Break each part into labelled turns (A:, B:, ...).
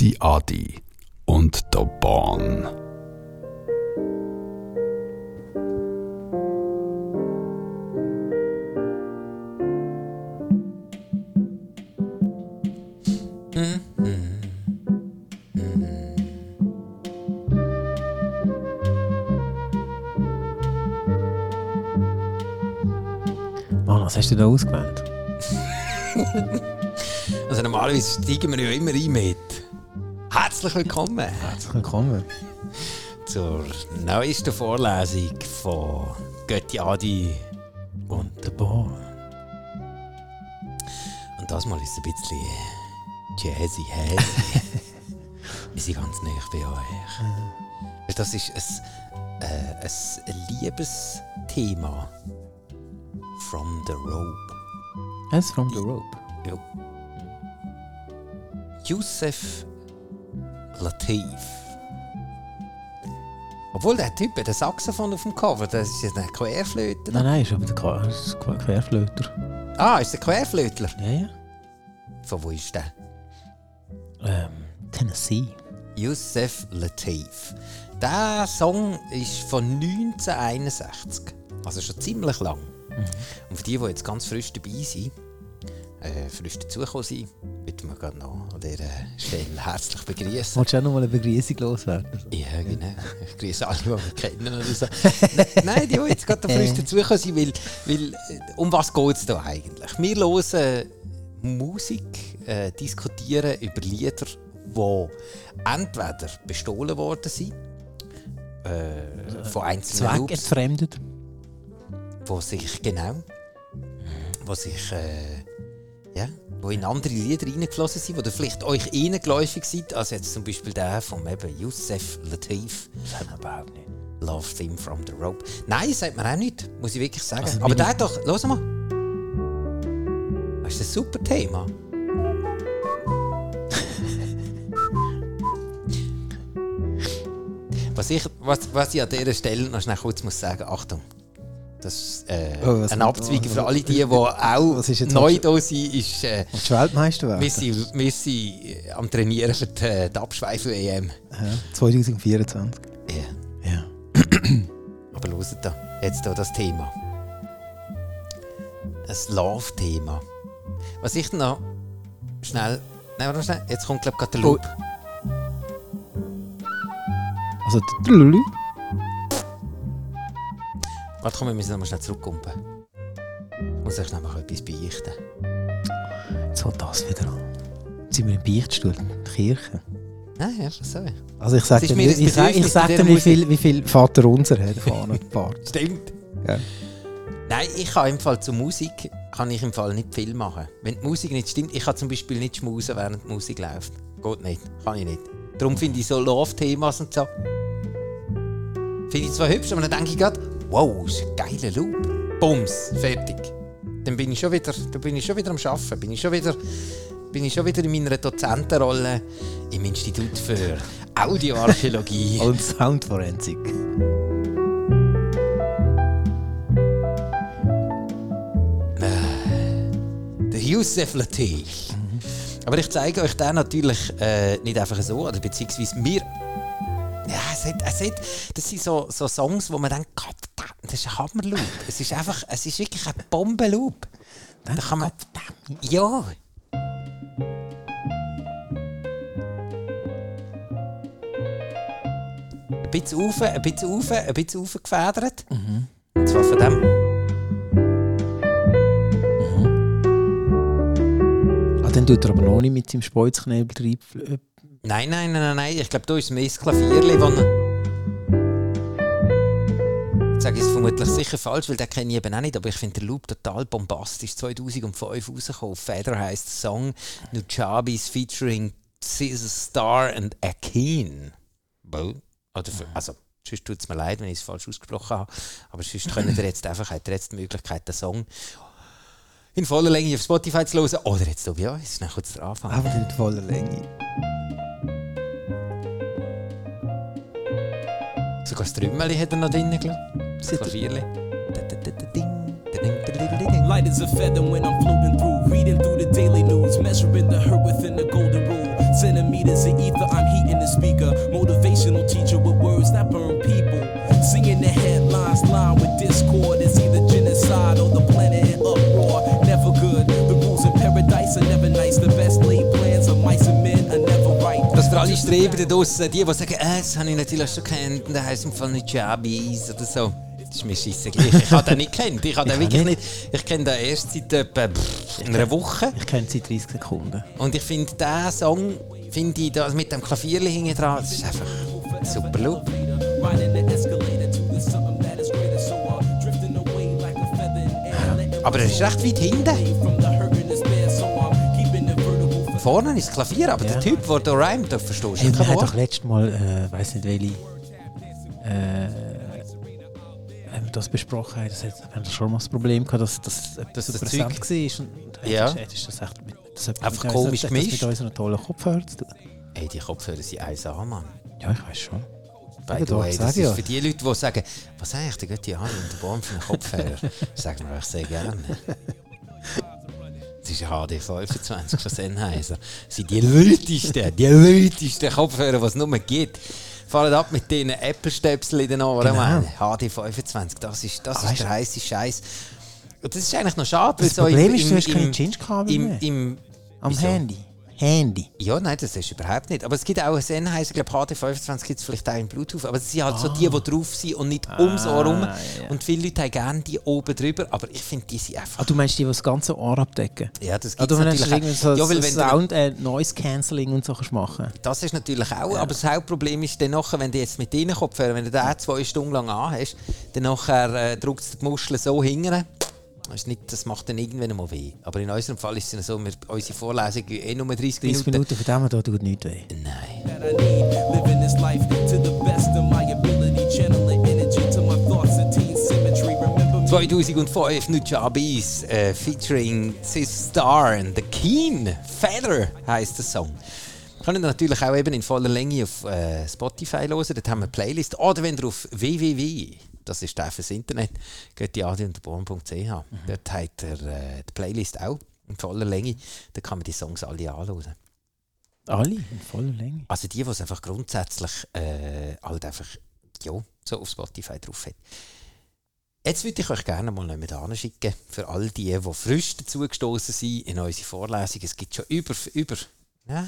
A: die Adi und der Bahn.
B: Mann, was hast du da ausgewählt?
C: Also normalerweise steigen wir ja immer ein mit. Herzlich willkommen
B: Herzlich willkommen.
C: zur neuesten Vorlesung von Götti Adi und der Bo. Und das mal ist es ein bisschen jazzy, hazy. Wir sind ganz nah bei euch. Weisst, Das ist ein, äh, ein Liebesthema. From the Rope.
B: Es from the rope.
C: Youssef Latif. Obwohl der Typ hat ein Saxophon auf dem Cover, das ist ein Querflötler.
B: Nein, nein, ist aber der Qua- ist der Qua- Querflöter.
C: Ah, ist der Querflötler.
B: Ja, ja.
C: Von wo ist der?
B: Ähm, Tennessee.
C: Youssef Latif. Der Song ist von 1961. Also schon ziemlich lang. Und für die, die jetzt ganz frisch dabei sind, äh, frisch dazugekommen sind, würden wir gerade noch an dieser Stelle herzlich begrüßen.
B: Wolltest du auch nochmal eine Begrüßung loswerden?
C: Ja, genau. Ich grüße alle, die wir kennen oder so. Nein, die, die jetzt gerade frisch dazukommen sind, weil, weil äh, um was geht es da eigentlich? Wir hören Musik, äh, diskutieren über Lieder, die entweder bestohlen worden sind, äh, von einzelnen Loops,
B: Zweckentfremdet.
C: die sich, genau, wo sich, äh, ja, wo in andere Lieder reingeflossen sind, oder vielleicht euch reingeläufig sind, als jetzt zum Beispiel der von eben Youssef Latif.
B: Das haben wir überhaupt nicht.
C: Love Theme from the Rope. Nein, sagt man auch nicht, muss ich wirklich sagen.
B: Also,
C: Aber
B: bin
C: der hat doch, los mal. Das ist ein super Thema. was, ich, was, was ich an dieser Stelle noch schnell kurz muss sagen, Achtung. Das ist äh,
B: Oh, was
C: ein
B: kommt-
C: Abzweiger
B: oh,
C: für alle die, die auch
B: Was ist jetzt-
C: neu da sind, ist, äh,
B: Und die Weltmeister
C: wir
B: werden?
C: sind, wir sind äh, am Trainieren für die, äh, die Abschweifel-EM.
B: Ja, 2024.
C: Ja.
B: Ja.
C: Aber hört da, jetzt da das Thema. Das Love-Thema. Was ich noch schnell. Nein, warte mal schnell. Jetzt kommt, glaube ich, gerade der Loop.
B: Also, die-
C: Warte, komm, wir müssen nochmal schnell zurückkumpen. Ich muss euch nochmal etwas beichten.
B: jetzt holt das wieder an. Jetzt sind wir im Beichtstuhl, in der Kirche.
C: Nein, ja, so.
B: Also, ich sag
C: Es ist
B: dir,
C: mir ein
B: ich sag, ich
C: Bedürfnis
B: sag
C: bei
B: dir
C: dieser
B: wie, viel, wie viel Vater unser hat vorne Bart.
C: Stimmt.
B: Ja.
C: Nein, ich kann im Fall zur Musik kann ich im Fall nicht viel machen. Wenn die Musik nicht stimmt, ich kann zum Beispiel nicht schmusen, während die Musik läuft. Geht nicht, kann ich nicht. Darum finde ich so Love-Themas und so. Finde ich zwar hübsch, aber dann denke ich gerade, wow, ist ein geiler Loop. Bums, fertig. Dann bin ich schon wieder, dann bin ich schon wieder am Arbeiten, bin ich schon wieder, bin ich schon wieder in meiner Dozentenrolle im Institut für Audioarchäologie.
B: Und Also, Soundforensik.
C: Der Youssef Latif. Aber ich zeige euch den natürlich äh, nicht einfach so, oder beziehungsweise mir. Ja, es hat, es hat, das sind so, so Songs, wo man denkt, Gott, das ist ein Hammerloop. es ist einfach, es ist wirklich ein Bombenloop. Da kann man, ja. Ein bisschen rauf, ein bisschen rauf, ein bisschen raufgefedert.
B: Mhm.
C: Und zwar von dem...
B: Ah, dann tut er aber noch nicht mit seinem Speuzknebel rein.
C: Nein, nein, nein, nein, nein. Ich glaube, da ist mehr das Klavierli, das er... Jetzt sage ich es vermutlich sicher falsch, weil den kenne ich eben auch nicht, aber ich finde den Loop total bombastisch. 2005 rausgekommen, Feather heisst der Song, Nujabis featuring Caesar Star and Akin. Well, oder für, also, sonst tut es mir leid, wenn ich es falsch ausgesprochen habe, aber sonst könnt ihr jetzt einfach, habt ihr jetzt die Möglichkeit, den Song in voller Länge auf Spotify zu hören, oder jetzt hier bei uns, dann kurz der Anfang.
B: Aber in voller Länge.
C: Sogar das Trümmeli hat er noch drin, glaube ich. Das Klavierli. Da, da, da, da, ding, da, ding, da, da, da, ding.
D: Light as a feather when I'm floating through, reading through the daily news, measuring the hurt within the golden rule. Centimeters of ether, I'm heating the speaker. Motivational teacher with words that burn people. Seeing the headlines line with discord. It's either genocide or the planet in uproar. Never good. The rules in paradise are never nice. The best laid plans of mice and men are never right.
C: Dass für alle Streber da draussen, die, die sagen, äh, das habe ich natürlich schon kennt, und der heisst im Fall nicht Jabis oder so. Das ist mir scheissegleich. Ich habe den nicht kennt. Ich habe den wirklich nicht. Ich kenne den erst seit etwa pff, einer Woche.
B: Ich kenne sie 30 Sekunden.
C: Und ich finde, diesen Song, finde ich, das mit dem Klavierli hinten dran, das ist einfach super Look.
D: Riding the escalator to the something that is greater. So I'm drifting away like a feather in air. Let it
C: Aber er ist recht weit hinten.
D: from the hurt in his bed. So I'm keeping it vertical for
C: Vorne ist das Klavier, aber der
B: Ja.
C: Typ, der da rhymt, da verstehst du
B: Hey, wir
C: kein
B: haben
C: Wort.
B: doch letztes Mal, äh, weiß nicht welche, äh, haben wir das besprochen, das hat, wir haben doch schon mal das Problem gehabt, dass, dass
C: Dass
B: etwas
C: das
B: so
C: Zeug-
B: präsent war. Und
C: Ja.
B: ja. Ist, ist das echt mit, das hat
C: Einfach
B: mit uns-
C: komisch
B: das hat
C: gemischt.
B: mit unseren tollen Kopfhörern zu tun.
C: Ey, die Kopfhörer sind einsam, Mann.
B: Ja, ich weiß schon.
C: By
B: Eben
C: the
B: doch,
C: way,
B: ich
C: das
B: sag
C: ist
B: ja.
C: für die Leute, die sagen, was habe ich der gute Hand und der Baum für einen Kopfhörer? Sagen wir euch sehr gerne. Das ist ein HD25 von Sennheiser. Das sind die lautesten, die lautesten Kopfhörer, die es nur gibt. Fallen ab mit diesen Apple-Stöpseln in den Ohren,
B: Genau.
C: Mann. HD25, das ist, das
B: Aber
C: ist der heiße Scheiß. Und das ist eigentlich noch schade,
B: Das
C: so im-
B: Problem ist, du
C: im-
B: hast keine
C: im-
B: Ginge-Kabel
C: im,
B: mehr.
C: im,
B: Am
C: Wieso?
B: Handy. Handy.
C: ja, nein, das ist überhaupt nicht. Aber es gibt auch einen Sennheiser, ich glaube HD25 gibt es vielleicht auch in Bluetooth, aber es sind halt so die, die drauf sind und nicht ums Ohr rum.
B: Ah. ja.
C: Und viele Leute haben gerne die oben drüber, aber ich finde, die sind
B: Ah,
C: einfach...
B: du meinst die, die das ganze Ohr abdecken?
C: Ja, das
B: Ah,
C: gibt
B: du
C: es
B: meinst
C: natürlich
B: irgendwie so,
C: auch. Ja, weil wenn
B: so
C: du,
B: Sound, äh, Noise Cancelling und so kannst machen.
C: das ist natürlich auch, aber das Hauptproblem ist dann nachher, wenn du jetzt mit deinen Kopfhörern, wenn du den zwei Stunden lang anhast, dann nachher äh, drückst du die Muscheln so hinten. Das ist nicht- Das macht dann irgendwann mal weh. Aber in unserem Fall ist es dann so, wir, unsere Vorlesung geht eh nur 30
B: 30
C: Minuten.
B: Minuten von dem da tut nichts weh.
C: Nein.
D: that I need. Living this life to the best of my ability, channeling energy to my thoughts and teen symmetry. Remember me.
C: 2005 Nujabis äh, featuring Sis Star and The Keen Feather heisst der Song. Könnt ihr natürlich auch eben in voller Länge auf äh, Spotify hören, dort haben wir eine Playlist. Oder wenn ihr auf www, das ist der fürs Internet, geht die adionunterborn.ch. Dort habt ihr äh, die Playlist auch in voller Länge. Da kann man die Songs alle anhören.
B: Alle in voller Länge.
C: Also die, die es einfach grundsätzlich äh, halt einfach ja, so auf Spotify drauf hat. Jetzt würde ich euch gerne mal jemanden anschicken, für all die, die frisch dazugestoßen sind in unsere Vorlesung. Es gibt schon über... über äh,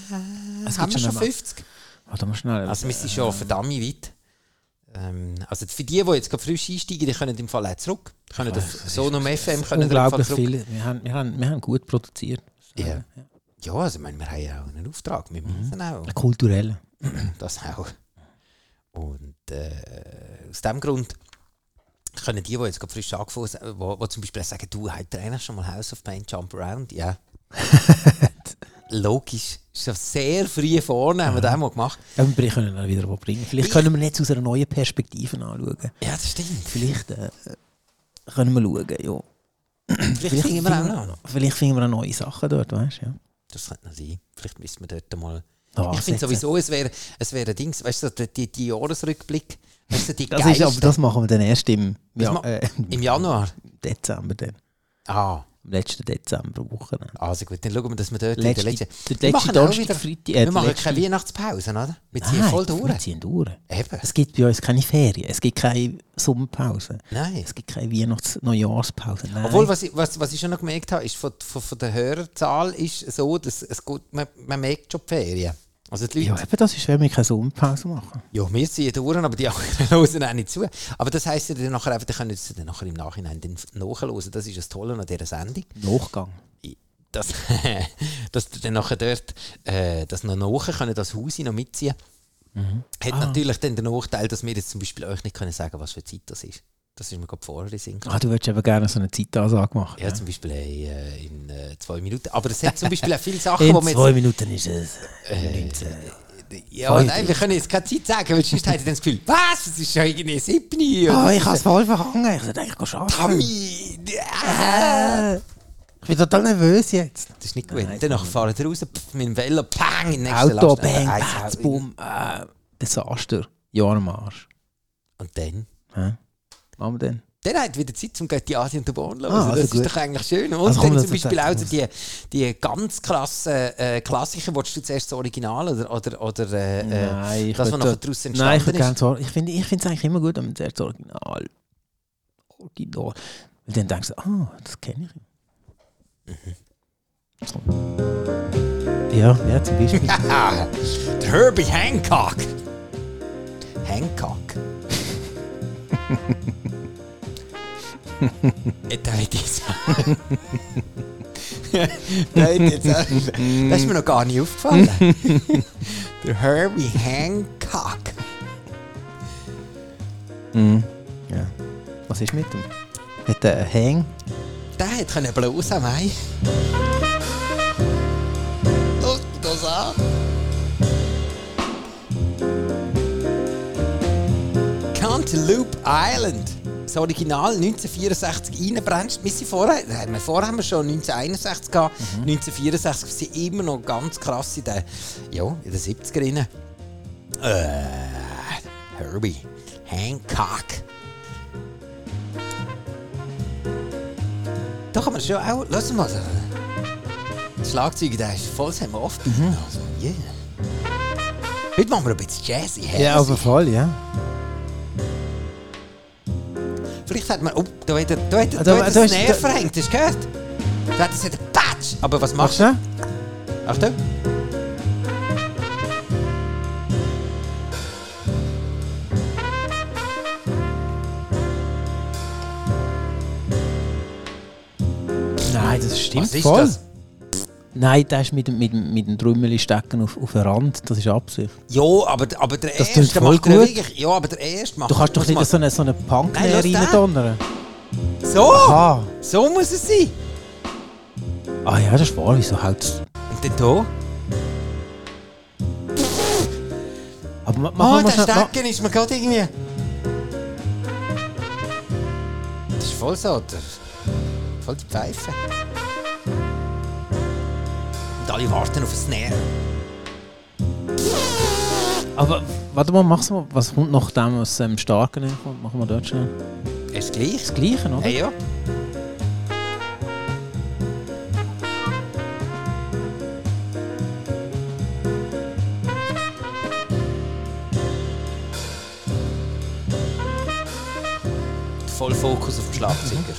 B: Es
C: haben
B: gibt
C: wir
B: schon
C: schon
B: einmal-
C: 50?
B: Warte mal schnell.
C: Also wir sind schon verdammt weit. Ähm, also für die, die jetzt gerade frisch einsteigen, die können im Fall auch zurück. Die können auf Sonom FM können im Fall
B: Unglaublich
C: zurück.
B: viel. Wir haben, wir, haben, wir haben gut produziert. Äh,
C: Ja. ja, also ich meine, wir haben ja auch einen Auftrag. Wir müssen auch.
B: Kulturell.
C: das auch. Und äh, aus diesem Grund können die, die jetzt gerade frisch angefangen sind, wo, wo zum Beispiel sagen, du, habt ihr eigentlich schon mal House of Pain Jump Around? Ja. Logisch. Ist ja sehr früh vorne, haben wir das mal gemacht.
B: Aber wir können ihn wieder bringen. Vielleicht können wir ihn jetzt aus einer neuen Perspektive anschauen.
C: Ja, das stimmt.
B: Vielleicht äh, können wir schauen, ja.
C: Vielleicht kriegen wir auch noch.
B: Vielleicht finden wir auch neue Sachen dort, weißt du? Ja. Ah,
C: Das könnte noch sein. Vielleicht müssen wir dort mal.
B: Da
C: ich finde
B: ansetzen.
C: sowieso, es wäre es wäre ein Dings, weißt du, so die, die, die Jahresrückblick, weißt du, die
B: Das, ist, aber
C: geilsten-
B: das machen wir dann erst im,
C: Das
B: ja,
C: ma-
B: äh,
C: im Januar.
B: Dezember. Dann.
C: Ah,
B: Am letzten Dezemberwochenende.
C: also gut, dann schauen wir, dass wir dort
B: Letzte-
C: letzten-
B: der letzte
C: Wir machen auch
B: Donnerstag,
C: wieder-
B: Freitag, äh,
C: Wir
B: der
C: machen
B: letzte-
C: keine Weihnachtspause, oder? Wir ziehen
B: Nein,
C: voll
B: Wir
C: durch.
B: ziehen durch.
C: Eben.
B: Es gibt bei uns keine Ferien, es gibt keine Sommerpause,
C: Nein.
B: es gibt keine Weihnachts-Neujahrspause. Nein.
C: Obwohl, was ich, was, was ich schon noch gemerkt habe, ist, von, von, von der Hörerzahl ist so, dass es gut, man, man merkt schon die Ferien. Also die
B: ja,
C: Leute,
B: eben das ist, wenn wir keine Sommerpause machen.
C: ja, wir ziehen durch, aber die anderen hören auch nicht zu. Aber das heisst ja dann nachher einfach, die können es dann nachher im Nachhinein dann nachhören. Das ist das Tolle an dieser Sendung.
B: Nachgang.
C: Dass, dass die dann nachher dort äh, das noch nachher können, das Haus noch mitziehen.
B: Mhm.
C: Hat natürlich dann den Nachteil, dass wir jetzt zum Beispiel euch nicht können sagen was für Zeit das ist. Das ist mir gerade vorher in den Sinn gekommen.
B: Ah, du würdest eben gerne so eine Zeitansage machen.
C: Ja,
B: ne?
C: zum Beispiel äh, in äh, zwei Minuten. Aber es hat zum Beispiel auch viele Sachen,
B: In
C: wo wir
B: zwei
C: jetzt... Äh.
B: Minuten ist es 19.
C: Ja, nein, wir können jetzt keine Zeit sagen, weil sonst hätte ich dann das Gefühl, was, es ist schon irgendwie 7 Uhr.
B: Ah, ich habe es voll verhangen. Ich sollte eigentlich gehen arbeiten.
C: Ami,
B: Ah.
C: äh.
B: Ich bin total nervös jetzt.
C: Das ist nicht gut. Danach fahren wir raus, pff, mit dem Velo, pang, in den nächsten
B: Auto,
C: Lastwagen.
B: bang,
C: äh, Eins,
B: batz,
C: zwei.
B: boom. Äh, Desaster. Ja, am Arsch.
C: Und dann?
B: Hä? Was Machen wir denn?
C: Dann hat wieder Zeit um zum Götti Asi und der Born los.
B: Ah, also
C: das
B: gut.
C: ist doch eigentlich schön. Und
B: Also komm,
C: dann
B: lass
C: zum
B: uns
C: Beispiel auch
B: das-
C: so die, die ganz krassen äh, Klassiker. Wolltest du zuerst das Original oder, oder, oder äh, äh,
B: Nein, ich
C: das, was
B: würd
C: nachher
B: da-
C: daraus
B: Nein, ich
C: entstanden
B: würde gerne
C: ist?
B: das Or- Ich finde ich find's eigentlich immer gut, wenn man zuerst das Original. Original. Weil dann denkst du, ah, das kenne ich. So.
C: Mhm.
B: Ja, ja, zum Beispiel.
C: Ah, der Herbie Hancock. Hancock. Äh, da hätte ich jetzt da hätte ich jetzt Das ist mir noch gar nicht aufgefallen. der Herbie Hancock.
B: ja. Was ist mit dem? Hat der einen Hang?
C: Der hätte können bloß am Ei. Schau dir das an. Cantaloupe Island. Das Original 1964 reinbrennst. Wir sind vorher, das haben wir vorher haben wir schon 1961 gehabt. 1964 sind immer noch ganz krass in den, ja, in den 70er rein. Äh, Herbie. Hancock. Da kann man schon auch. Lass mal. äh, Das Schlagzeug da ist voll das haben wir oft. Also, yeah. Heute machen wir ein bisschen Jazzy.
B: Ja,
C: Jazzy.
B: aber voll, ja.
C: Vielleicht hat man. Oh, da hat er, da hat
B: Da-
C: er, da hat
B: da
C: er
B: ist-
C: das Nerv
B: da-
C: verhängt, hast du gehört? Da hat er gesagt, Patsch! Aber was machst
B: Machst
C: du?
B: du?
C: Achtung!
B: Nein, das stimmt
C: Was ist
B: voll.
C: das?
B: Nein, der ist mit dem, mit dem, mit dem Trümmeli stecken auf, auf den Rand. Das ist Absicht.
C: Ja, aber, aber der
B: Das
C: erste
B: klingt voll
C: macht er
B: gut.
C: wirklich. Ja, aber der erste macht
B: Du kannst doch
C: muss
B: nicht so eine, so eine punk
C: Nein, lass den.
B: reindonnern.
C: man- So!
B: Ah.
C: So muss es sein!
B: ah ja, das ist wahr. Wieso halt...
C: Und dann Ah, hier.
B: Aber ma, ma,
C: Oh,
B: ma,
C: der
B: ma, ma,
C: Stecken ist mir gerade irgendwie. Das ist voll so, der, voll die Pfeife. Und alle warten auf ein Snare.
B: aber warte mal, mach's mal. Was kommt nach dem, was ähm, Starken kommt? Machen wir dort schnell.
C: Ist gleich.
B: Das Gleiche, oder?
C: Hey, ja. Voll Fokus auf den Schlagzeuger.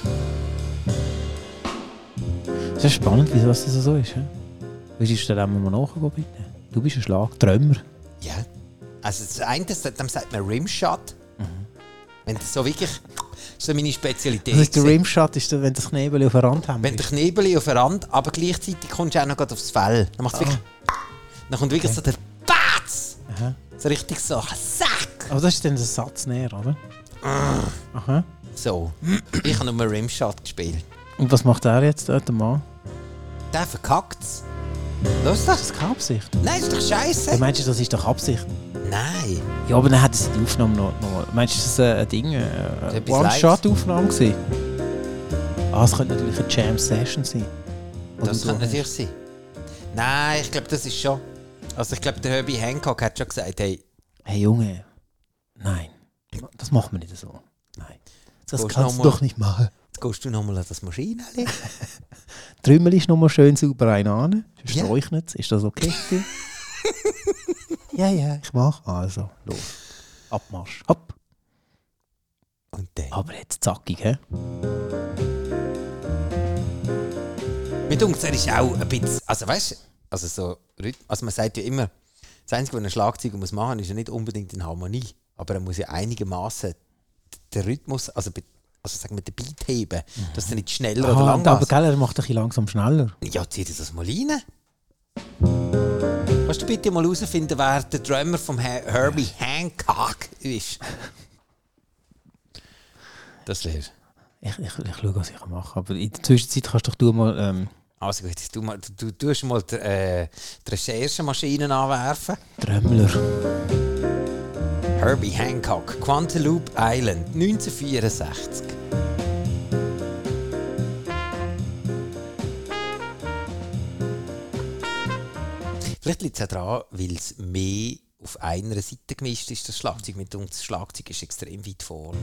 B: Das ist spannend, wieso das so ist. hä? Willst du da mal nachgehen, bitte? Du bist ein Schlagtrümmer.
C: Ja. Also das eine, das, dem sagt man Rimshot. Wenn das so wirklich... Das ist meine Spezialität.
B: Das ist der
C: gewesen.
B: Rimshot, ist der, wenn das Knebel auf den Rand haben.
C: Wenn der Knebel auf den Rand, aber gleichzeitig kommst du auch noch gerade aufs Fell. Dann macht wirklich... Dann kommt wirklich so der Batz!
B: Aha.
C: So richtig so... Sack!
B: Aber das ist dann der Satz näher, oder? Aha.
C: So. ich habe nur Rimshot gespielt.
B: Und was macht er jetzt dort, der Mann?
C: Der verkackt's.
B: Das
C: Los das?
B: ist keine Absicht.
C: Nein, ist doch
B: Du
C: scheiße.
B: meinst, das ist doch Absicht?
C: Nein.
B: Ja, aber dann hätten sie die Aufnahme noch, noch mal. Meinst du, das ist ein Ding? Eine
C: Etwas
B: One-Shot-Aufnahme gewesen? Ah, es könnte natürlich eine Jam-Session sein. Wo
C: Das
B: du
C: könnte
B: da
C: natürlich sein. Nein, ich glaube, das ist schon. Also ich glaube, der Herbie Hancock hat schon gesagt, hey,
B: hast. Hey Junge, nein. Das machen wir nicht so. Nein. Das
C: Gehst
B: kannst du
C: noch mal-
B: doch nicht machen.
C: jetzt gehst du nochmal an das Maschinenli.
B: Trümmel ist nochmal schön sauber rein an.
C: Ja.
B: Sträuchnet es. Ist das okay? für dich? ja, ja, ich mach. Also, los. Abmarsch. Hopp.
C: Und dann.
B: Aber jetzt zackig, hä?
C: Mit uns, er ist auch ein bisschen. Also weißt du, also so Rhythm- Also man sagt ja immer, das Einzige, was ein Schlagzeuger muss machen muss, ist ja nicht unbedingt in Harmonie. Aber er muss ja einigermaßen den Rhythmus, also, be- also sagen wir den Beat heben, dass er nicht schneller oder
B: Ah,
C: langsamer
B: aber gell, er macht ein bisschen langsam schneller.
C: Ja, zieh dir das mal rein. Kannst du bitte mal herausfinden, wer der Drummer vom Her Herbie Hancock ist? Das wäre.
B: Ich, ich, ich schaue, was ich mache. Aber in der Zwischenzeit kannst doch du mal. Ähm,
C: Also gut, jetzt du, mal, du, du tust mal die, äh, die Recherchemaschine anwerfen.
B: Trömmler.
C: Herbie Hancock, Quantaloupe Island, 1964. Vielleicht liegt es auch daran, weil es mehr auf einer Seite gemischt ist, das Schlagzeug mit uns. Das Schlagzeug ist extrem weit vorne.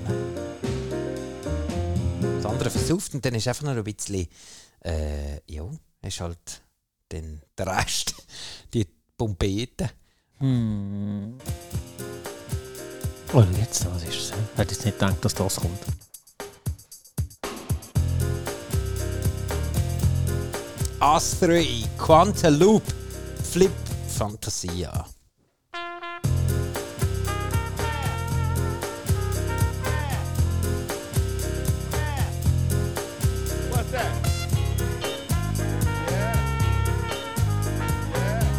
C: der andere versauft und dann ist einfach noch ein bisschen, äh, ja, ist halt dann der Rest, die Pompeten.
B: Hm. Oh, Und jetzt, was ist es? Hätte ich nicht gedacht, dass das kommt.
C: Astray, Quantaloup, Flip, Fantasia.
E: What's that? Yeah.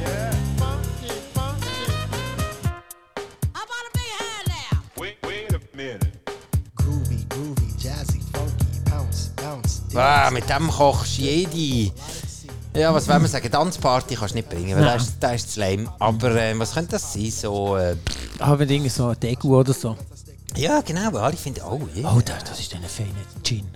E: Yeah. Yeah. Funky, funky.
F: How about a big hand now?
E: Wait, wait a minute.
G: Groovy, groovy, jazzy, funky, bounce, bounce.
C: Wow, Ah, mit dem kochst du jede. Ja, was wollen wir sagen? Tanzparty kannst du nicht bringen, weil
B: Nein.
C: das ist, das ist Slime. Aber äh, was könnte das sein? So, äh,
B: Aber irgendwie Ah, so ein Degu oder so.
C: ja, genau, weil alle finden, oh, yeah.
B: Oh, das, das ist ein feiner Gin.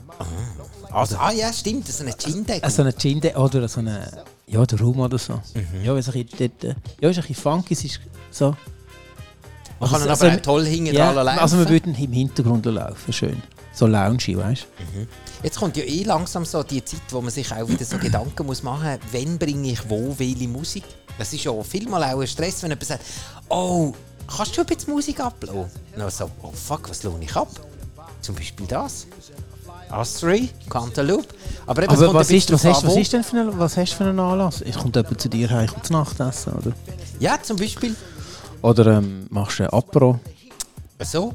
C: Also, ah ja, stimmt, das ist ein Gin-Deck.
B: Oh, Also ein Gin De- oder so eine ja, der Rum oder so.
C: Mhm.
B: Ja, weil es ein bisschen, dort, äh, ja, ist ein bisschen funky, es ist so.
C: Man kann ihn
B: also-
C: aber auch toll hinten
B: Ja,
C: dran laufen.
B: also wir würden im Hintergrund laufen, schön. So loungy, weißt du?
C: Jetzt kommt ja eh langsam so die Zeit, wo man sich auch wieder so Gedanken muss machen muss, wann bringe ich wo welche Musik. Das ist ja vielmal auch ein Stress, wenn jemand sagt, oh, kannst du ein bisschen Musik ablassen? Dann so, oh fuck, was lohne ich ab? Zum Beispiel das. Astray, Cantaloupe. Aber, eben, es
B: Aber
C: kommt
B: was
C: ein
B: ist, was,
C: bisschen
B: hast,
C: drauf
B: was
C: an,
B: ist denn für ein, was hast du für einen Anlass? Es kommt jemand zu dir heim, kommt zu Nachtessen, oder?
C: wo? Ja, zum Beispiel
B: Oder ähm, machst du ein Apro?
C: so.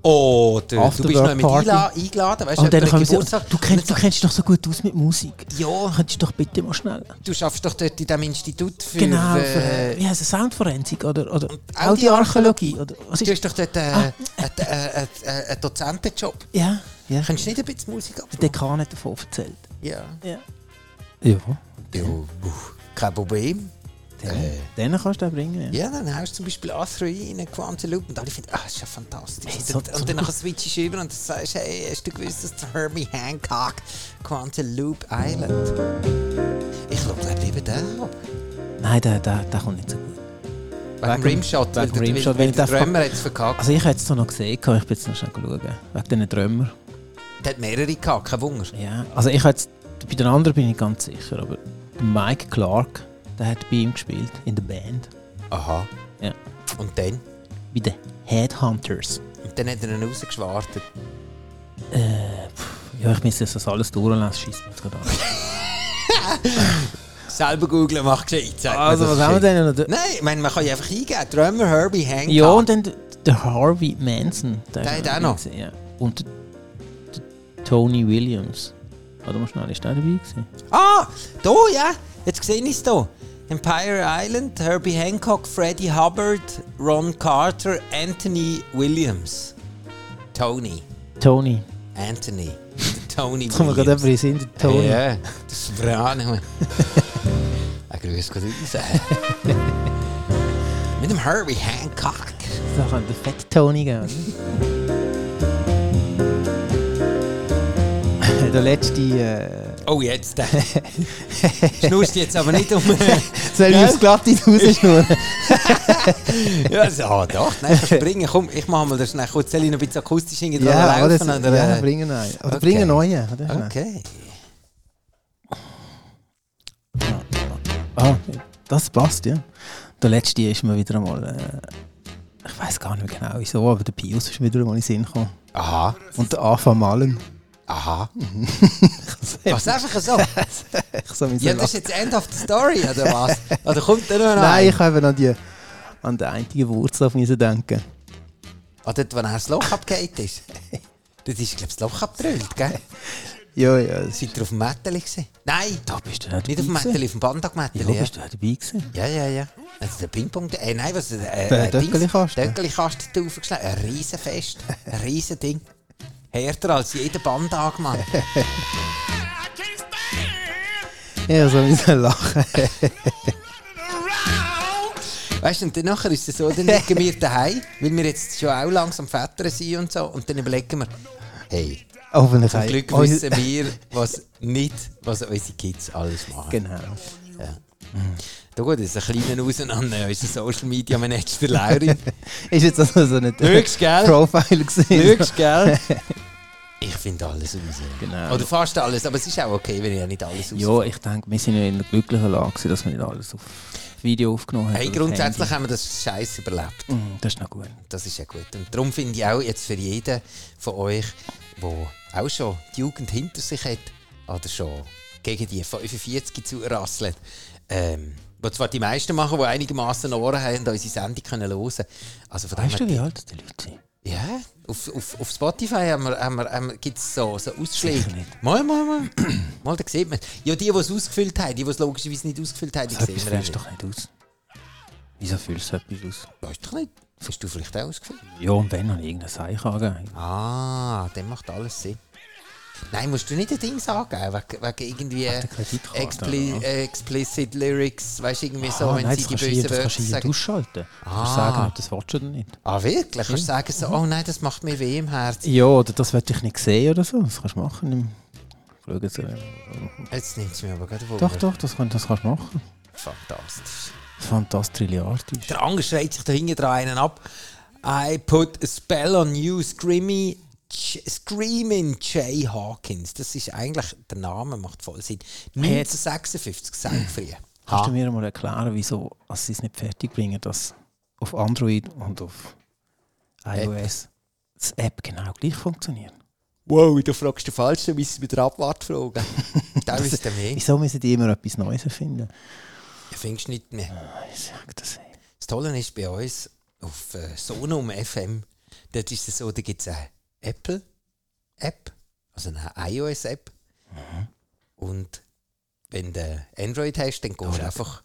C: Oder du bist noch mit
B: Afterwork-Party.
C: Eila- eingeladen, weißt du,
B: Ah, Und dann
C: jemand
B: können wir
C: hat
B: so,
C: Geburtstag.
B: du, kennst, du kennst dich doch so gut aus mit Musik.
C: Ja,
B: Könntest du doch bitte mal schnell...
C: du schaffst doch dort in diesem Institut für...
B: Genau, für,
C: äh,
B: äh, wie heisst es, Soundforensik oder, oder
C: Audioarchäologie.
B: Audioarchäologie? Oder, was
C: Du
B: ist,
C: hast doch dort äh,
B: Ah.
C: einen äh, äh, äh, Dozentenjob.
B: ja, ja.
C: Könntest du nicht ein bisschen Musik ab?
B: Der Dekan hat davon erzählt.
C: Ja.
B: Ja. Ja.
C: ja uff, kein Problem. Äh.
B: Den kannst du den bringen. Ja.
C: Ja, dann hast du zum Beispiel A3 in einen Quantaloupe und alle finden, ah, ist ja fantastisch.
B: Hey,
C: Und
B: so-
C: dann-
B: so
C: und dann
B: gut.
C: switchst du über und sagst, hey, hast du gewusst, dass der Herbie Hancock Quantaloupe Island? Ich glaube, bleib lieber da.
B: Nein, der, der, der kommt nicht so gut.
C: Wegen dem Rimshot.
B: wegen
C: weil der-
B: Rimshot,
C: weil
B: weil
C: Der
B: der-
C: Drömer hat es verkackt.
B: Also ich hätte es so noch gesehen, gehabt, ich bin jetzt noch schnell schauen. Wegen diesen Trümmer.
C: Der hat mehrere gehabt, kein Wunder.
B: Ja. Also ich hätte es- bei den anderen bin ich ganz sicher, aber der Mike Clark, der hat bei ihm gespielt, in der Band.
C: Aha.
B: Ja.
C: Und dann?
B: Bei den Headhunters.
C: Und dann hat er ihn rausgeschwartet.
B: Äh, Ja, ich müsste jetzt das alles durchlesen, scheiss mir jetzt gerade an.
C: Selber googeln macht gescheit. sagt man,
B: Also
C: das
B: was
C: ist
B: haben wir
C: gescheit.
B: denn? noch?
C: Nein, ich meine, man kann ja einfach eingeben. Drömer, Herbie, Hancock.
B: Ja, und dann der- der Harvey Manson.
C: Der
B: hat
C: hat auch
B: dabei
C: noch.
B: gewesen, Ja. Und der, der Tony Williams. Warte mal schnell, ist der dabei gewesen?
C: Ah, da, ja. Jetzt sehe ich es hier. Empire Island, Herbie Hancock, Freddie Hubbard, Ron Carter, Anthony Williams. Tony.
B: Tony.
C: Anthony. Der Tony
B: Jetzt kommen wir gerade
C: Williams.
B: Oh jemand in den Sinn, der Tony.
C: Ja, das ist Verahne. Ein Grüß Gott raus. Mit dem Herbie Hancock.
B: Da kann der fette Tony gehen. oder? der letzte. Äh,
C: Oh, jetzt. der. Schnurst jetzt aber nicht um.
B: soll ich
C: Gell?
B: aufs Glatte rausschnurren?
C: Ja, so, ah, doch, nein, kannst du bringen. Komm, ich mache mal das schnell kurz. Soll ich noch ein bisschen akustisch hinten dran
B: oder?
C: laufen? oder,
B: Ja,
C: äh,
B: bring einen neuen. Oder
C: okay.
B: bring einen neuen. Oder?
C: Okay.
B: Ah, das passt, ja. Der letzte ist mir wieder einmal. Äh, ich weiß gar nicht mehr genau wieso, aber der Pius ist mir wieder einmal in den Sinn gekommen.
C: Aha,
B: Und der Anfang malen.
C: aha. Was einfach so?
B: Ich so mit so
C: Ja, das ist jetzt End of the Story, oder was? Oder kommt da noch
B: Nein,
C: ein?
B: ich habe eben an die an die einzige Wurzel auf mich denken.
C: Ah, dort, wo er das Loch abgeht ist. Dort ist, glaube ich, das Loch abgedrückt, gell?
B: Ja, ja. Das
C: Seid ihr auf dem Mätteli gewesen? Nein,
B: da bist du nicht
C: nicht auf dem Mätteli, auf dem Bandag-Mätteli.
B: Ja,
C: Ja.
B: bist du auch dabei gewesen?
C: ja, ja, ja. Also der Ping-Pong, äh, nein, was, äh,
B: Der
C: äh, Dings.
B: Döckelikasten.
C: Döckelikasten da raufgeschlagen. Ein Riesenfest, ein Riesending. Härter als jeder Bandag, Mann.
E: I can't stand
B: Ja, so mit so Lachen.
E: around.
C: Weißt du, und dann nachher ist es so, dann liegen wir daheim, weil wir jetzt schon auch langsam Väter sind und so, und dann überlegen wir, hey,
B: Hoffentlich
C: zum
B: auch-
C: Glück
B: Oh,
C: wissen wir, was nicht, was unsere Kids alles machen.
B: Genau.
C: Da gut, das ist ein kleiner Auseinander, unser eh, Social Media Manager Lauri.
B: Ist jetzt also so nicht
C: Lügst, gell?
B: Profile gewesen.
C: Lügst, gell? Ich finde alles raus.
B: Genau.
C: Oder fast alles, aber es ist auch okay, wenn ich ja nicht alles raus.
B: Ja, ich denke, wir sind ja in der glücklichen Lage, gewesen, dass wir nicht alles auf Video aufgenommen haben.
C: hey,
B: oder auf
C: grundsätzlich haben wir das Scheiß überlebt.
B: Handy. Mm, Das ist noch gut.
C: Das ist ja gut. Und darum finde ich auch jetzt für jeden von euch, der auch schon die Jugend hinter sich hat, oder schon gegen die 45 zu rasseln, ähm, wo zwar die meisten machen, die einigermaßen Ohren haben und unsere Sendung können hören Also von dem
B: Weißt du,
C: her-
B: wie alt die Leute sind?
C: Ja, auf, auf, auf Spotify haben wir, haben wir, haben wir, gibt es so, so Ausschläge.
B: Sicher nicht.
C: Mal, mal, mal. mal, da sieht man. Ja, die, die es ausgefüllt haben, die, die es logischerweise nicht ausgefüllt haben, die
B: So
C: sehen
B: etwas
C: wir auch
B: fühlst
C: nicht.
B: du doch nicht aus. Wieso fühlst du so etwas aus?
C: Weißt doch nicht. Hast du vielleicht auch ausgefüllt?
B: Ja, und wenn, habe ich irgendein Zeichen angegeben.
C: Ah, dann macht alles Sinn. Nein, musst du nicht ein Ding sagen, wegen, wegen irgendwie
B: der Kreditkarte,
C: expli
B: oder?
C: äh, explicit Lyrics, weißt du, irgendwie so,
B: ah,
C: wenn
B: nein,
C: sie
B: das
C: die
B: kannst du hier-
C: bösen
B: das
C: Wörter
B: kannst du hier
C: sagen.
B: ausschalten. Du
C: Ah.
B: kannst sagen, ob das willst oder nicht.
C: Ah, wirklich? Kannst du sagen
B: Mhm.
C: so, oh nein, das macht mir weh im Herzen.
B: Ja, oder das will ich nicht sehen oder so. Das kannst du machen. im- Schau jetzt, äh,
C: Jetzt nimmt es mir aber gerade
B: Doch, doch, das, kann, das kannst du machen.
C: Fantastisch.
B: Fantastisch.
C: Der Anger schreit sich da hinten dran einen ab. I put a spell on you, screamy, Ch Screaming Jay Hawkins. Das ist eigentlich, der Name macht voll Sinn. 1956, sag früher.
B: Kannst du mir mal erklären, wieso also sie es nicht fertig bringen, dass auf Android und auf iOS das App genau gleich funktioniert?
C: Wow, du fragst den Falschen, müssen wir den Abwart fragen. da ist der mehr.
B: Wieso müssen die immer etwas Neues erfinden?
C: Du findest nicht mehr.
B: Ich sag das ey.
C: Das Tolle ist bei uns auf äh, Sonum FM, dort ist es so, da gibt es eine Apple-App, also eine iOS-App. Mhm. Und wenn du Android hast, dann gehst du einfach,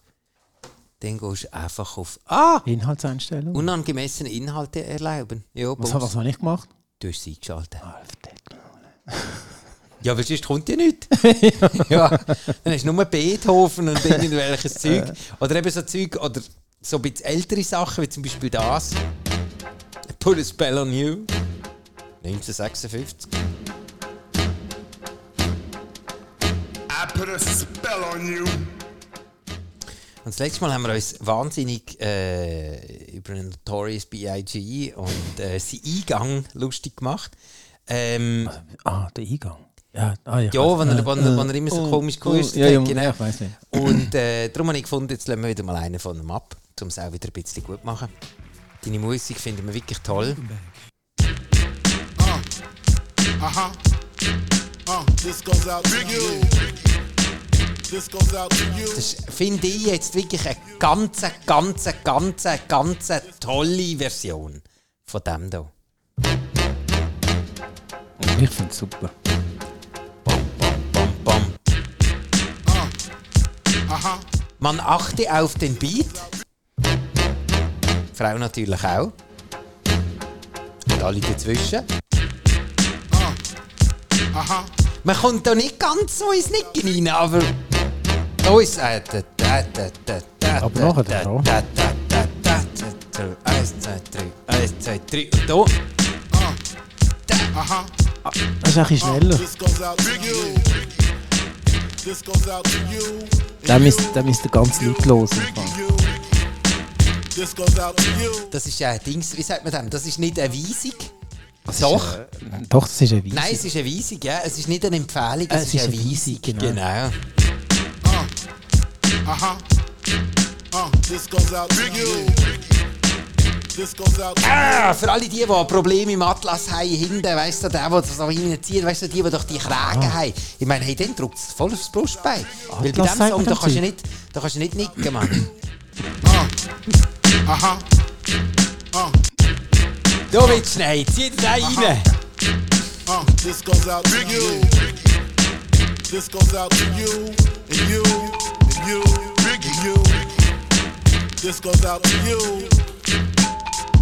C: dann gehst du einfach auf Ah!
B: Inhaltseinstellung.
C: Unangemessene Inhalte erlauben. Ja,
B: was, hab- was
C: Bums.
B: habe ich gemacht?
C: Du hast sie eingeschaltet.
B: Ah, auf Deckel.
C: Ja, aber sonst kommt ja nichts. ja. Dann hast du nur Beethoven und irgendwelches Zeug. Oder eben so Zeug, oder so ein bisschen ältere Sachen, wie zum Beispiel das. Put a spell on you. 1956.
E: I put a spell on you.
C: Und das letzte Mal haben wir uns wahnsinnig äh, über einen Notorious B.I.G. und äh, seinen Eingang lustig gemacht. Ähm,
B: Ah, der Eingang. Ja, ah, ich
C: ja,
B: weiß.
C: wenn er,
B: Äh,
C: wenn, er, wenn er
B: äh,
C: immer
B: oh,
C: so komisch
B: oh,
C: gehustet
B: ja,
C: hat,
B: ja,
C: genau.
B: ja, ich weiß nicht.
C: Und äh, darum habe ich gefunden, jetzt lassen wir wieder mal einen von dem ab, um es auch wieder ein bisschen gut machen. Deine Musik finden wir wirklich toll.
H: Uh-huh. Uh, this goes out to you. This goes out to you.
C: Das ist- finde ich jetzt wirklich eine ganz, ganz, ganz, ganz tolle Version von dem hier.
B: Ich finde es super.
C: Bam, bam. Man achte auf den Beat. Frau natürlich auch. Und alle dazwischen.
H: Uh-huh.
C: Man kommt da nicht ganz so ins Nicken rein, aber. Da ist es.
B: Aber nachher dann schon.
C: Eins, zwei, drei. Eins, zwei, drei. Und da.
B: Das ist ein bisschen schneller.
H: This goes out to you. This goes out to you.
B: Da müsst, da müsst ihr ganz lautlos anfangen.
H: You. This goes out to you.
C: Das ist ja ein Dings. Wie sagt man dem? Das ist nicht eine Weisung.
B: Das
C: Doch.
B: Ist, äh, doch, das ist ein Weisung. Äh,
C: Nein, es ist eine Weisung, ja. Es ist nicht eine Empfehlung, es, ist, eine Weisung.
B: genau.
C: genau.
H: Uh, this goes out to Uh-huh. you. This goes out to
C: Ah, für alle die, die Probleme im Atlas haben, hinten, weißt du, der, der das so hineinzieht, weißt du, die, die doch die Kragen haben. Ich meine, hey, dann drückt es voll aufs Brustbein. Weil bei
B: Ah. Atlas
C: dem
B: sagt
C: Song,
B: man
C: da
B: dem
C: kannst du
B: Zeug.
C: nicht, da kannst du nicht nicken, Mann.
H: Uh-huh.
C: Da wird's schnell, zieh den rein.
H: Uh, this goes out to you. This goes out to you and you and you and you. This goes out to you.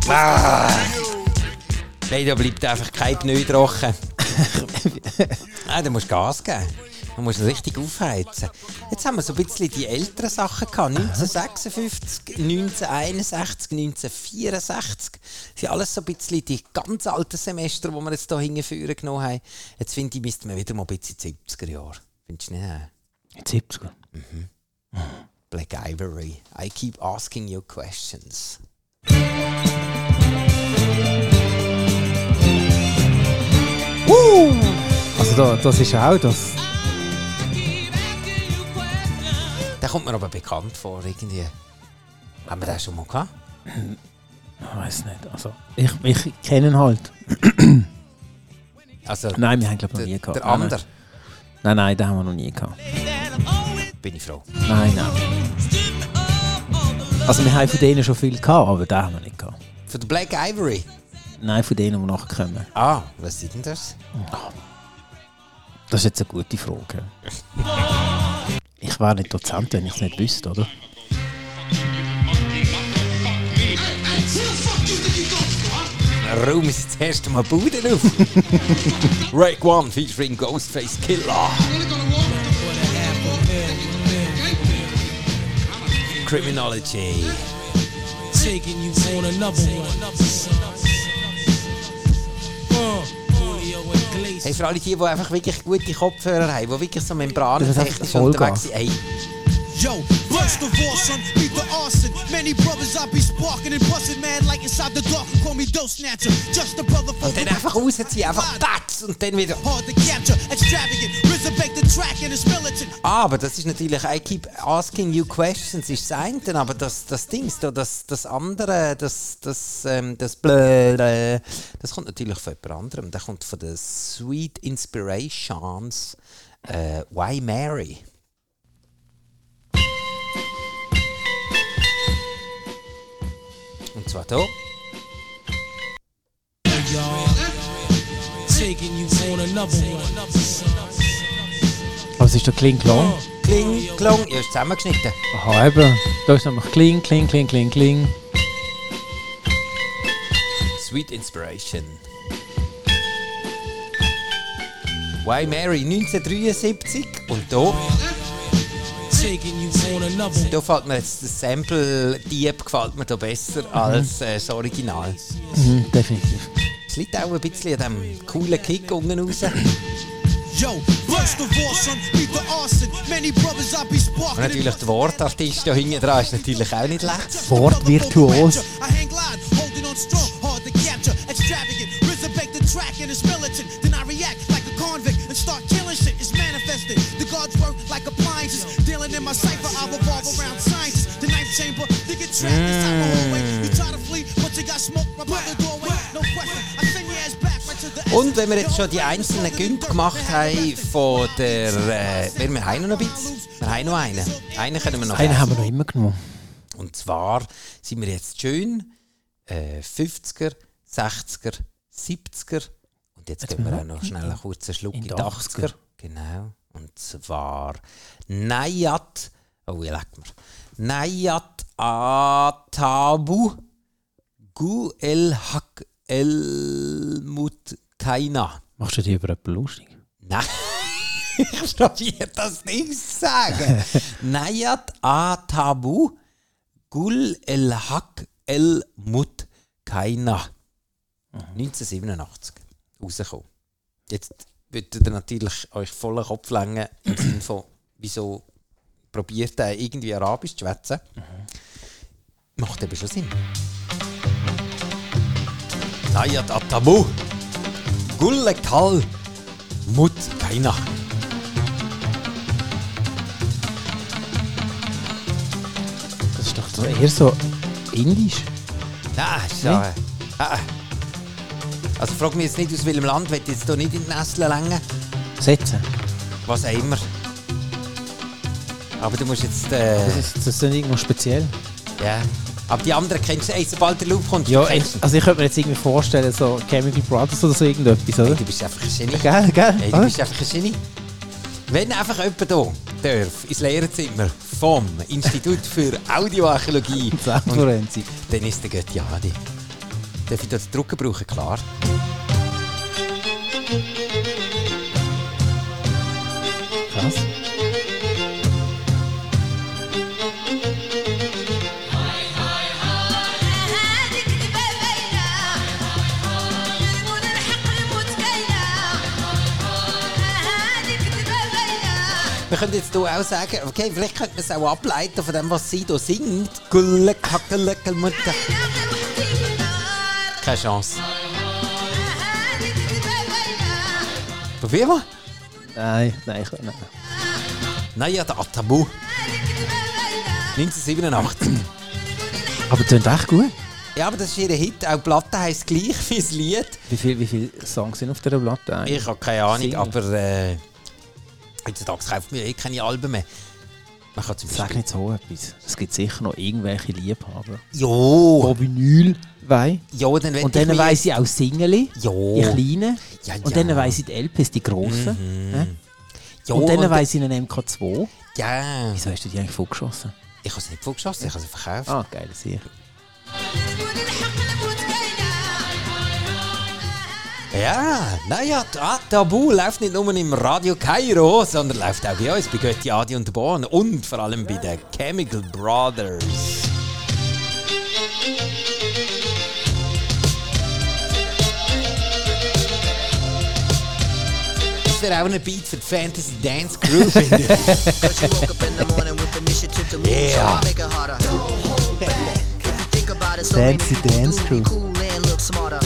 C: Nein, da bleibt einfach kein Pneu trocken. Nein, da musst du Gas geben. Du musst ihn richtig aufheizen. Jetzt haben wir so ein bisschen die älteren Sachen gehabt. 1956, 1961, 1964. Das sind alles so ein bisschen die ganz alten Semester, die wir jetzt hier hingeführen genommen haben. Jetzt finde ich, müssten wir wieder mal ein bisschen in die 70er Jahre. Findest du nicht? äh?
B: In den 70er.
C: Black Ivory. I keep asking you questions. Woo!
B: Also da, das ist auch das.
C: Der kommt mir aber bekannt vor, irgendwie. Haben wir den schon mal gehabt?
B: Ich weiß nicht. Also ich, ich kenne ihn halt.
C: Also,
B: Nein, wir haben glaube ich
C: der,
B: noch nie gehabt.
C: der
B: Nein,
C: andere.
B: Nein, nein, nein, den haben wir noch nie gehabt.
C: Bin ich froh.
B: Nein, nein. Also wir haben von denen schon viel gehabt, aber den haben wir nicht gehabt.
C: Von der Black Ivory.
B: Nein, von denen, die nachher kommen.
C: Ah, was ist denn das?
B: Das ist jetzt eine gute Frage. Ich wäre nicht Dozent, wenn ich es nicht wüsste, oder?
C: Raum ist das erste Mal Bude auf. Rake One featuring Ghostface Killer. Criminology.
D: taking you on another one. Uh, Julio Iglesias.
C: Hey, für alle die, die einfach wirklich gute Kopfhörer haben, die wirklich so membranentechnisch
B: voll
C: unterwegs sind. Hey,
I: Yo, first of all, son, beat the arson. Many brothers I be sparking and busting mad like inside the dark. and Call me dope snatcher, just a brother for
C: und dann einfach rausziehen, einfach Batz und dann wieder.
I: Hard to capture, extravagant, resurrect the track and it's militant.
C: Ah, aber das ist natürlich, I keep asking you questions, ist das eine, aber das, das Ding, da, das, das andere, das, das, ähm, das Blöde, das kommt natürlich von jemand anderem. Das kommt von den Sweet Inspirations, äh, Why Mary? Und zwar hier.
D: Taking you on another one.
B: Aber es Also ist doch Kling Klong.
C: Kling, klong, ja, ist zusammengeschnitten.
B: Aha, eben. Da ist nämlich Kling, Kling, Kling, Kling, Kling.
C: Sweet Inspiration. Why Mary 1973 und da,
D: Taking you on another one.
C: da fällt mir jetzt das Sample Dieb gefällt mir da besser als äh, das Original.
B: Mhm, definitiv.
C: Es liegt auch ein bisschen an dem coolen Kick unten raus.
I: Yo, first of all, son, beat the arson. Many brothers I be
C: Und
I: sparking and
C: natürlich der Wortartist da hinten dran ist natürlich auch nicht schlecht.
B: Wortvirtuos.
I: I hang glide, holding on strong, hard to capture, extravagant, resurrect the track and it's militant. Then I react like a convict and start killing shit. It's manifested. The guards work like appliances, dealing in my cipher. I revolve around sciences. The ninth chamber, they get trapped inside my hallway.
C: Mm.
I: You try to flee, but you got smoke right by the doorway. No question, I send your ass back right to the.
C: Und wenn wir jetzt schon die einzelnen Günther gemacht haben von der... Äh, wir wir haben noch ein bisschen. Wir haben noch einen. Einen können wir noch
B: Einen
C: essen.
B: haben wir noch immer genommen.
C: Und zwar sind wir jetzt schön äh, 50er, 60er, 70er und jetzt gehen wir auch noch schnell einen kurzen Schluck in
B: in
C: die
B: die
C: 80er. Genau. Und zwar Nayat, oh, ich leg mir. Nayat Atabu Gu El Hak El Mut Kaina.
B: Machst du dich über jemanden lustig?
C: Nein, ich probiere das nicht zu sagen. Nayat a tabu gul el hak el mut kaina. 1987 rausgekommen. Jetzt würdet ihr natürlich euch vollen Kopf lenken im Sinne von, wieso probiert er irgendwie Arabisch zu schwätzen. Macht eben schon Sinn. Nayat a tabu gul kal Mut keiner.
B: Das ist doch so eher so indisch.
C: Nein,
B: Hm?
C: ist ja. Ah. Also frag mich jetzt nicht, aus welchem Land will ich jetzt hier nicht in die Nesseln längen.
B: Sätze.
C: Was auch immer. Aber du musst jetzt. Äh,
B: Das ist, das ist irgendwo speziell.
C: ja. Aber die anderen kennst du, ey, sobald der Loop kommt.
B: Ja,
C: kennst du.
B: also ich könnte mir jetzt irgendwie vorstellen, so Chemical Brothers oder so irgendetwas,
C: Ey,
B: oder?
C: du bist einfach ein Genie.
B: Gell, gell?
C: Ey, du bist einfach ein Genie. Wenn einfach jemand hier darf, ins Lehrerzimmer vom Institut für Audioarchäologie, und-
B: Soundforensik.
C: dann ist der Götti Adi. Darf ich das Drucken brauchen? Klar.
B: Krass.
C: Wir können jetzt hier auch sagen, okay, vielleicht könnte man es auch ableiten von dem, was sie hier singt. Gulle, Kacke, Mutter. Keine Chance. Probieren wir.
B: Nein, nein, ich, nein.
C: Naja, der Atabu. 1987.
B: Aber tönt echt gut.
C: ja, aber das ist ihr Hit. Auch die Platte heisst gleich wie das Lied.
B: Wie viele wie viel Songs sind auf dieser Platte? eigentlich?
C: Ich habe keine Ahnung,
B: Single.
C: aber äh, heutzutage kauft man eh keine Alben mehr. Man kann zum
B: Sag
C: Beispiel...
B: nicht so etwas. Es gibt sicher noch irgendwelche Liebhaber.
C: Jo,
B: Wo Vinyl Äh, wei.
C: jo, dann will
B: Und dann
C: mich-
B: weiss ich auch Singeli,
C: Jo,
B: die kleinen.
C: Ja,
B: Und
C: ja.
B: dann weiss ich die LPs, die grossen. hä?
C: jo,
B: Mhm. Und dann
C: und-
B: weiss ich einen MK2.
C: Ja,
B: Wieso hast du die eigentlich vorgeschossen?
C: ich habe es nicht vorgeschossen, ich habe es verkauft.
B: Ah, geil, sicher.
C: Ja, naja, ah, Tabu läuft nicht nur im Radio Cairo, sondern läuft auch bei uns, bei Götti, Adi und Born und vor allem bei den Chemical Brothers. Das wäre auch ein Beat für die Fantasy Dance Crew, finde ich.
J: Cause you woke up in the morning with initiative to move, so I
C: Yeah.
J: make it harder. Don't back. If you think about it, so
B: Fancy
J: many people
B: dance
J: do
B: crew.
J: be cool and look smarter.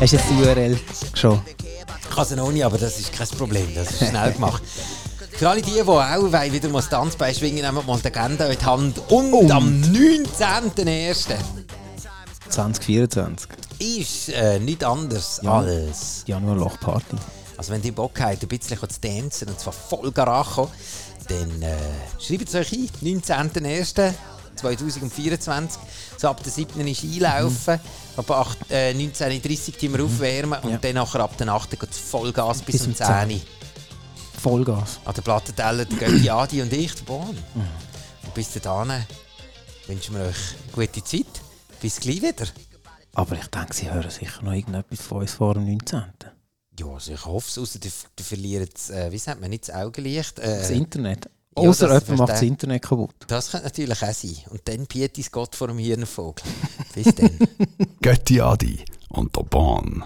B: Hast du jetzt die URL schon?
C: Ich kann es noch nicht, aber das ist kein Problem, das ist schnell gemacht. Für alle die, die auch wollen, wieder mal das Tanzbein schwingen, nehmen mal die Agenda in die Hand. Und, am 19.01.
B: 2024.
C: ist äh, nichts anderes als.
B: Januar Lochparty.
C: Also, wenn ihr Bock habt, ein bisschen zu tanzen, und zwar voll Garacho, dann äh, schreibt es euch ein. 19.01.2024. So ab der 7. ist einlaufen, ab acht- äh, 19.30 Uhr tun wir aufwärmen und
B: Ja.
C: dann nachher ab der 8. geht es Vollgas Mhm. bis,
B: Bis
C: um
B: um
C: 10. Uhr.
B: Vollgas.
C: An der Plattenteller der Götti Adi und ich, der Bahn. Und bis dahin wünschen wir euch eine gute Zeit. Bis gleich wieder.
B: Aber ich denke, sie hören sicher noch irgendetwas von uns vor dem 19.
C: Ja, also ich hoffe es, außer du, du verlierst, äh, wie sagt man, nicht das Augenlicht.
B: Das
C: Äh,
B: Internet.
C: Ja,
B: Außer
C: das
B: jemand macht das
C: verstehe.
B: Internet kaputt.
C: das könnte natürlich auch sein. Und dann bietet es Gott vor dem Hirnvogel. Bis dann.
A: Götti Adi und der Bahn.